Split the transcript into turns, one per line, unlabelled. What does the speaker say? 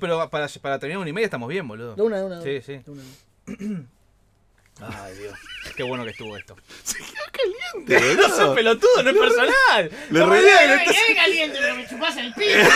Pero para, para terminar una y media estamos bien, boludo.
De una, de una. de
Sí,
una.
sí.
De una, de una.
Ay, Dios. Qué bueno que estuvo esto.
Se queda caliente,
pelotudo, no es personal.
Le re-
¡Ay, ay, caliente! ¡Me chupas el piso!